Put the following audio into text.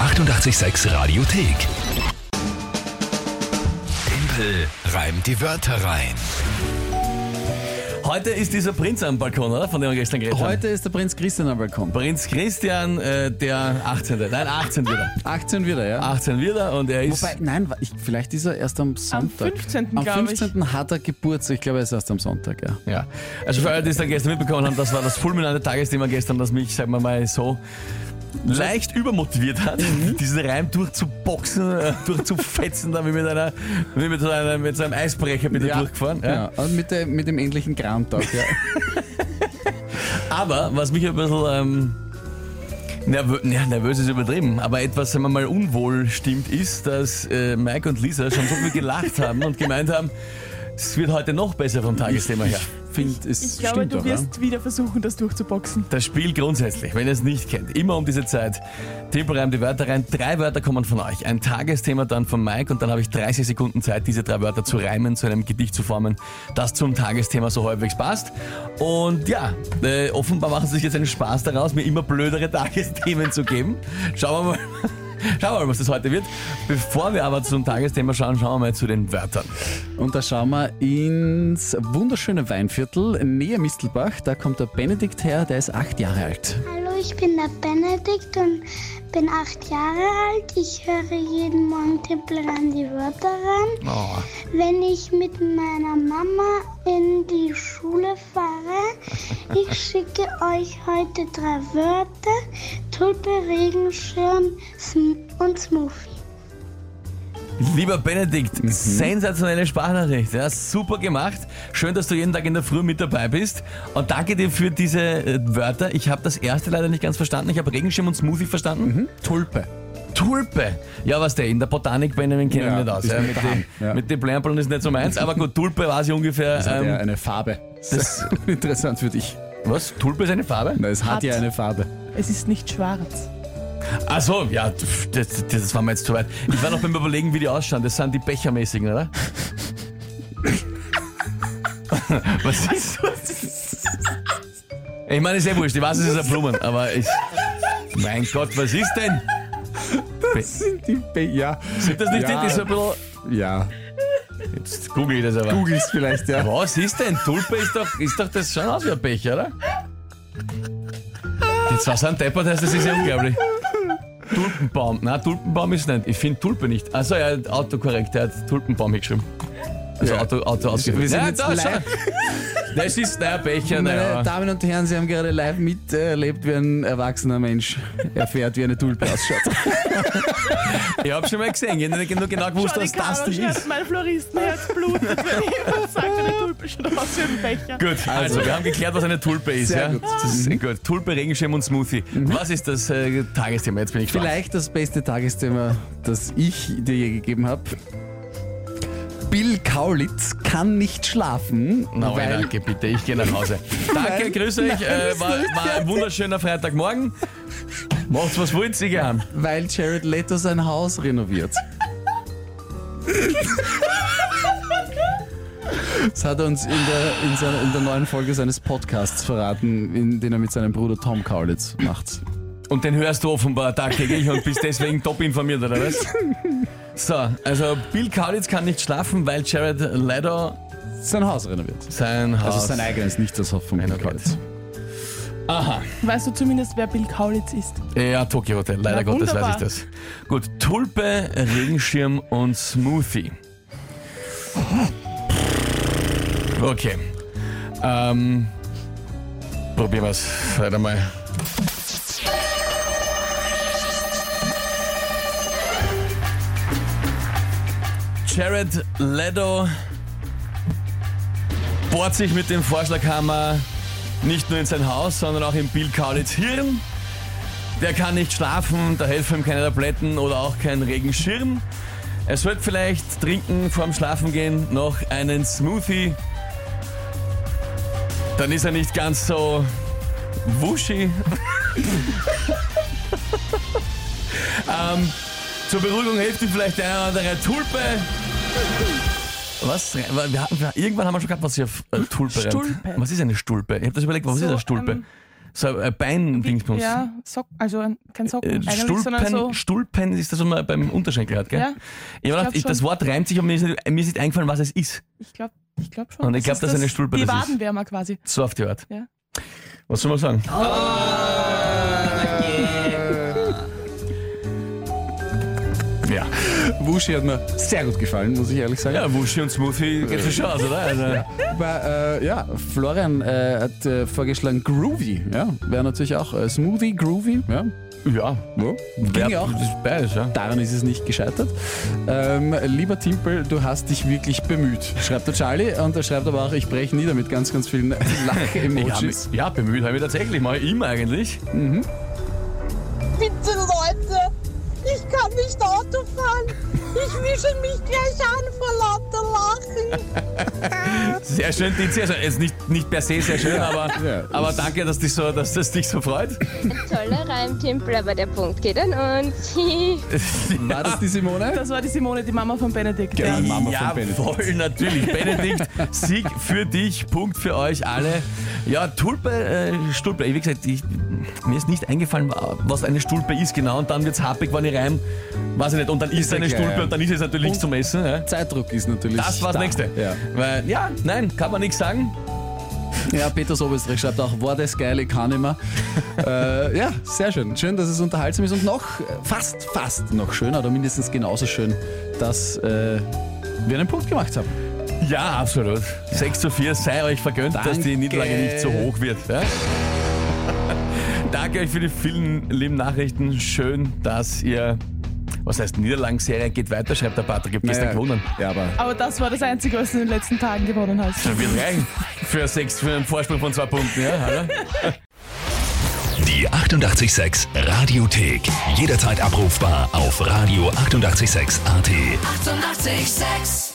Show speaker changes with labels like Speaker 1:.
Speaker 1: 886 Radiothek. Tempel reimt die Wörter rein.
Speaker 2: Heute ist dieser Prinz am Balkon, oder? Von dem wir gestern geredet haben.
Speaker 3: Heute ist der Prinz Christian am Balkon.
Speaker 2: Prinz Christian, äh, der 18. Nein, 18 wieder.
Speaker 3: 18 wieder, ja?
Speaker 2: 18 wieder und er ist.
Speaker 3: Ah, Wobei, nein, wa- ich, vielleicht ist er erst am Sonntag.
Speaker 4: 15.,
Speaker 3: Am
Speaker 4: glaub ich.
Speaker 3: 15. hat er Geburtstag. Ich glaube, er ist erst am Sonntag, ja.
Speaker 2: ja. Also für alle, die es dann gestern mitbekommen haben, das war das fulminante Tagesthema gestern, das mich, sagen wir mal, so leicht übermotiviert hat, diesen Reim durchzuboxen, äh, durchzufetzen, da wie mit einer, wie mit so einem, mit so einem Eisbrecher bin ich durchgefahren. Ja.
Speaker 3: Ja, und Genau. mit, der, mit dem endlichen Grantag, ja.
Speaker 2: Aber was mich ein bisschen ähm, nervö ja, nervös ist übertrieben, aber etwas, sagen wir mal, unwohl stimmt, ist, dass äh, Mike und Lisa schon so viel gelacht haben und gemeint haben, es wird heute noch besser vom Tagesthema her.
Speaker 3: Find, es
Speaker 4: Ich glaube,
Speaker 3: stimmt
Speaker 4: du
Speaker 3: doch, ja?
Speaker 4: wirst wieder versuchen, das durchzuboxen.
Speaker 2: Das Spiel grundsätzlich, wenn ihr es nicht kennt, immer um diese Zeit. Tippel reimt die Wörter rein. Drei Wörter kommen von euch. Ein Tagesthema dann von Mike und dann habe ich 30 Sekunden Zeit, diese drei Wörter zu reimen, zu einem Gedicht zu formen, das zum Tagesthema so halbwegs passt. Und ja, äh, offenbar machen sie sich jetzt einen Spaß daraus, mir immer blödere Tagesthemen zu geben. Schauen wir mal. Schauen wir mal, was das heute wird. Bevor wir aber zum Tagesthema schauen, schauen wir mal zu den Wörtern.
Speaker 3: Und da schauen wir ins wunderschöne Weinviertel, nähe Mistelbach. Da kommt der Benedikt her, der ist acht Jahre alt.
Speaker 5: Hallo, ich bin der Benedikt und bin acht Jahre alt. Ich höre jeden Morgen Tippel an die Wörter ran. Wenn ich mit meiner Mama in die Schule fahre, ich schicke euch heute drei Wörter: Tulpe, Regenschirm Sm und Smoothie.
Speaker 2: Lieber Benedikt,
Speaker 3: Mhm.
Speaker 2: sensationelle Sprachnachricht. Ja, super gemacht. Schön, dass du jeden Tag in der Früh mit dabei bist. Und danke dir für diese äh, Wörter. Ich habe das erste leider nicht ganz verstanden. Ich habe Regenschirm und Smoothie verstanden.
Speaker 3: Mhm. Tulpe.
Speaker 2: Tulpe. Ja, was der in der Botanik Benjamin kennen
Speaker 3: Ja,
Speaker 2: wir das.
Speaker 3: ist
Speaker 2: Ja,
Speaker 3: mit
Speaker 2: mit,
Speaker 3: daheim.
Speaker 2: den,
Speaker 3: Ja.
Speaker 2: mit den Blärmpeln ist nicht so meins. Aber gut, Tulpe war sie ungefähr.
Speaker 3: Das hat ja
Speaker 2: ähm,
Speaker 3: eine Farbe.
Speaker 2: das-
Speaker 3: interessant für dich.
Speaker 2: was? Tulpe ist eine Farbe?
Speaker 3: Na, es hat,
Speaker 4: Hat.
Speaker 3: ja eine Farbe.
Speaker 4: Es ist nicht schwarz.
Speaker 2: Ach so, ja, pf, das, das war mir jetzt zu weit. Ich war noch beim Überlegen, wie die ausschauen. Das sind die Bechermäßigen, oder? Was ist Ich meine, ist eh wurscht. Ich weiß, es ist ein Blumen, aber ich. Mein Gott, was ist denn?
Speaker 3: Sind die Be ja.
Speaker 2: Sind das nicht
Speaker 3: Ja.
Speaker 2: die, die so ein bisschen.
Speaker 3: Ja.
Speaker 2: Jetzt google ich das aber.
Speaker 3: Googles vielleicht, ja.
Speaker 2: Was ist denn? Tulpe ist doch, ist doch das schon aus wie ein Becher, oder? Jetzt was ein Deppert heißt, das ist ja unglaublich. Tulpenbaum. Nein, Tulpenbaum ist nicht. Ich finde Tulpe nicht. Also ja, autokorrekt, er hat Tulpenbaum hingeschrieben. Also
Speaker 3: Ja.
Speaker 2: Auto, Auto ausgeführt.
Speaker 3: wir sind jetzt
Speaker 2: da, schau.
Speaker 3: live.
Speaker 2: Das ist der Becher,
Speaker 3: Meine
Speaker 2: naja.
Speaker 3: Damen und Herren, Sie haben gerade live miterlebt, wie ein erwachsener Mensch erfährt, wie eine Tulpe ausschaut.
Speaker 2: Ich hab schon mal gesehen, ich hab nicht nur genau gewusst,
Speaker 4: Schau, die
Speaker 2: dass das
Speaker 4: Caro
Speaker 2: die
Speaker 4: schreibt,
Speaker 2: ist.
Speaker 4: mein Floristenherz blutet, wenn jemand sagt, eine Tulpe schaut aus wie ein Becher.
Speaker 2: Gut, also wir haben geklärt, was eine Tulpe ist.
Speaker 3: Sehr
Speaker 2: ja?
Speaker 3: gut. Mhm.
Speaker 2: Das ist sehr gut. Tulpe, Regenschirm und Smoothie. Was ist das äh, Tagesthema? Jetzt bin ich gespannt.
Speaker 3: Vielleicht das beste Tagesthema, das ich dir je gegeben habe. Bill Kaulitz kann nicht schlafen,
Speaker 2: Na,
Speaker 3: weil
Speaker 2: danke, bitte, ich gehe nach Hause. Danke, grüß euch, äh, war, war ein wunderschöner Freitagmorgen. Macht's was wollt, Sie gern.
Speaker 3: weil Jared Leto sein Haus renoviert. Das hat er uns in der, in, seiner, in der neuen Folge seines Podcasts verraten, in, den er mit seinem Bruder Tom Kaulitz macht.
Speaker 2: Und den hörst du offenbar tagtäglich und bist deswegen top informiert, oder was? So, also Bill Kaulitz kann nicht schlafen, weil Jared Leto
Speaker 3: Sein Haus renoviert.
Speaker 2: sein Haus...
Speaker 3: Also sein eigenes, nicht das von Bill Kaulitz.
Speaker 2: Aha,
Speaker 4: Weißt du zumindest, wer Bill Kaulitz ist?
Speaker 2: ja, Tokyo Hotel, leider
Speaker 4: Na,
Speaker 2: Gottes
Speaker 4: wunderbar.
Speaker 2: weiß ich das. Gut, Tulpe, Regenschirm und Smoothie. Okay, ähm, probieren wir's weiter mal. Jared Leto bohrt sich mit dem Vorschlaghammer nicht nur in sein Haus, sondern auch in Bill Kaulitz Hirn. Der kann nicht schlafen, da helfen ihm keine Tabletten oder auch kein Regenschirm. Er sollte vielleicht trinken vorm Schlafengehen noch einen Smoothie. Dann ist er nicht ganz so wuschig. ähm, zur Beruhigung hilft ihm vielleicht eine oder andere Tulpe. Was? Wir hatten, irgendwann haben wir schon gehabt, was hier auf äh, Tulpe rennt.
Speaker 4: Stulpe.
Speaker 2: Was ist eine Stulpe? Ich habe das überlegt, was ist
Speaker 4: So,
Speaker 2: eine Stulpe?
Speaker 4: ähm,
Speaker 2: so ein Bein-Dingsbums.
Speaker 4: Ja, Sock, also ein, kein
Speaker 2: Äh,
Speaker 4: Socken, eigentlich, sondern
Speaker 2: Stulpen,
Speaker 4: so.
Speaker 2: Stulpen ist das, was man beim Unterschenkel hat, gell?
Speaker 4: Ja,
Speaker 2: ich hab gedacht,
Speaker 4: glaub
Speaker 2: ich, das
Speaker 4: schon.
Speaker 2: Wort reimt sich, aber mir ist nicht, mir ist nicht eingefallen, was es ist.
Speaker 4: Ich glaube ich glaub schon.
Speaker 2: Und ich glaub,
Speaker 4: ist
Speaker 2: dass eine Stulpe
Speaker 4: Die
Speaker 2: das ist.
Speaker 4: Wadenwärmer quasi.
Speaker 2: So auf die Art.
Speaker 4: Ja.
Speaker 2: Was soll man sagen? Ja.
Speaker 3: Wushi hat mir sehr gut gefallen, muss ich ehrlich sagen.
Speaker 2: Ja, Wushi und Smoothie geht schon schon aus, oder? Also,
Speaker 3: Aber äh, ja, Florian äh, hat äh, vorgeschlagen Groovy. Ja, wäre natürlich auch äh, Smoothie, Groovy. Ja,
Speaker 2: ja.
Speaker 3: ja. ging ja
Speaker 2: ja,
Speaker 3: auch.
Speaker 2: Das ist beides, ja.
Speaker 3: Daran ist es nicht gescheitert. Ähm, lieber Timpel, du hast dich wirklich bemüht, schreibt der Charlie. Und er schreibt aber auch, ich breche nieder mit ganz, ganz vielen
Speaker 2: Ja,
Speaker 3: Lach-Emojis.
Speaker 2: mi- ja, bemüht habe ich tatsächlich mal immer eigentlich.
Speaker 6: Bitte Leute, ich kann nicht Auto fahren. Ich wische mich gleich an vor lauter Lachen.
Speaker 2: Sehr schön, Tizi. Also jetzt nicht, nicht per se sehr schön, aber,
Speaker 3: ja.
Speaker 2: aber danke, dass, dich so, dass das dich so freut.
Speaker 7: Toller Reimtimpel, aber der Punkt geht an uns.
Speaker 3: War das die Simone?
Speaker 4: Das war die Simone, die Mama von Benedikt.
Speaker 3: Genau.
Speaker 4: Ja.
Speaker 3: Mama von
Speaker 2: ja,
Speaker 3: Benedikt.
Speaker 2: voll natürlich. Benedikt, Sieg für dich, Punkt für euch alle. Ja, Tulpe, äh, Stulpe, wie gesagt, ich, mir ist nicht eingefallen, was eine Stulpe ist genau. Und dann wird's happig, wenn ich reim, weiß ich nicht. Und dann ist es eine
Speaker 3: klar,
Speaker 2: Stulpe
Speaker 3: ja.
Speaker 2: und dann ist es natürlich zum Essen. Ja.
Speaker 3: Zeitdruck ist natürlich.
Speaker 2: Das war's
Speaker 3: da.
Speaker 2: nächste.
Speaker 3: Ja.
Speaker 2: Weil, ja, nein, kann man nichts sagen.
Speaker 3: Ja, Peter Sobestrich schreibt auch, war das geil, ich kann immer. äh, ja, sehr schön. Schön, dass es unterhaltsam ist und noch äh, fast, fast noch schöner oder mindestens genauso schön, dass äh, wir einen Punkt gemacht haben.
Speaker 2: Ja, absolut. 6 zu 4 sei euch vergönnt, dass die
Speaker 3: Danke.
Speaker 2: Niederlage nicht so hoch wird. Ja? Danke euch für die vielen lieben Nachrichten. Schön, dass ihr, was heißt Niederlagenserie geht weiter, schreibt der Patrick, ihr habt gestern gewonnen.
Speaker 3: Ja, aber
Speaker 4: Aber das war das Einzige, was du in den letzten Tagen gewonnen hast.
Speaker 2: Dann wird reichen für, sechs, für einen Vorsprung von zwei Punkten. Ja? hallo?
Speaker 1: Die 886 Radiothek. Jederzeit abrufbar auf radio886.at. 886! 886.
Speaker 8: 886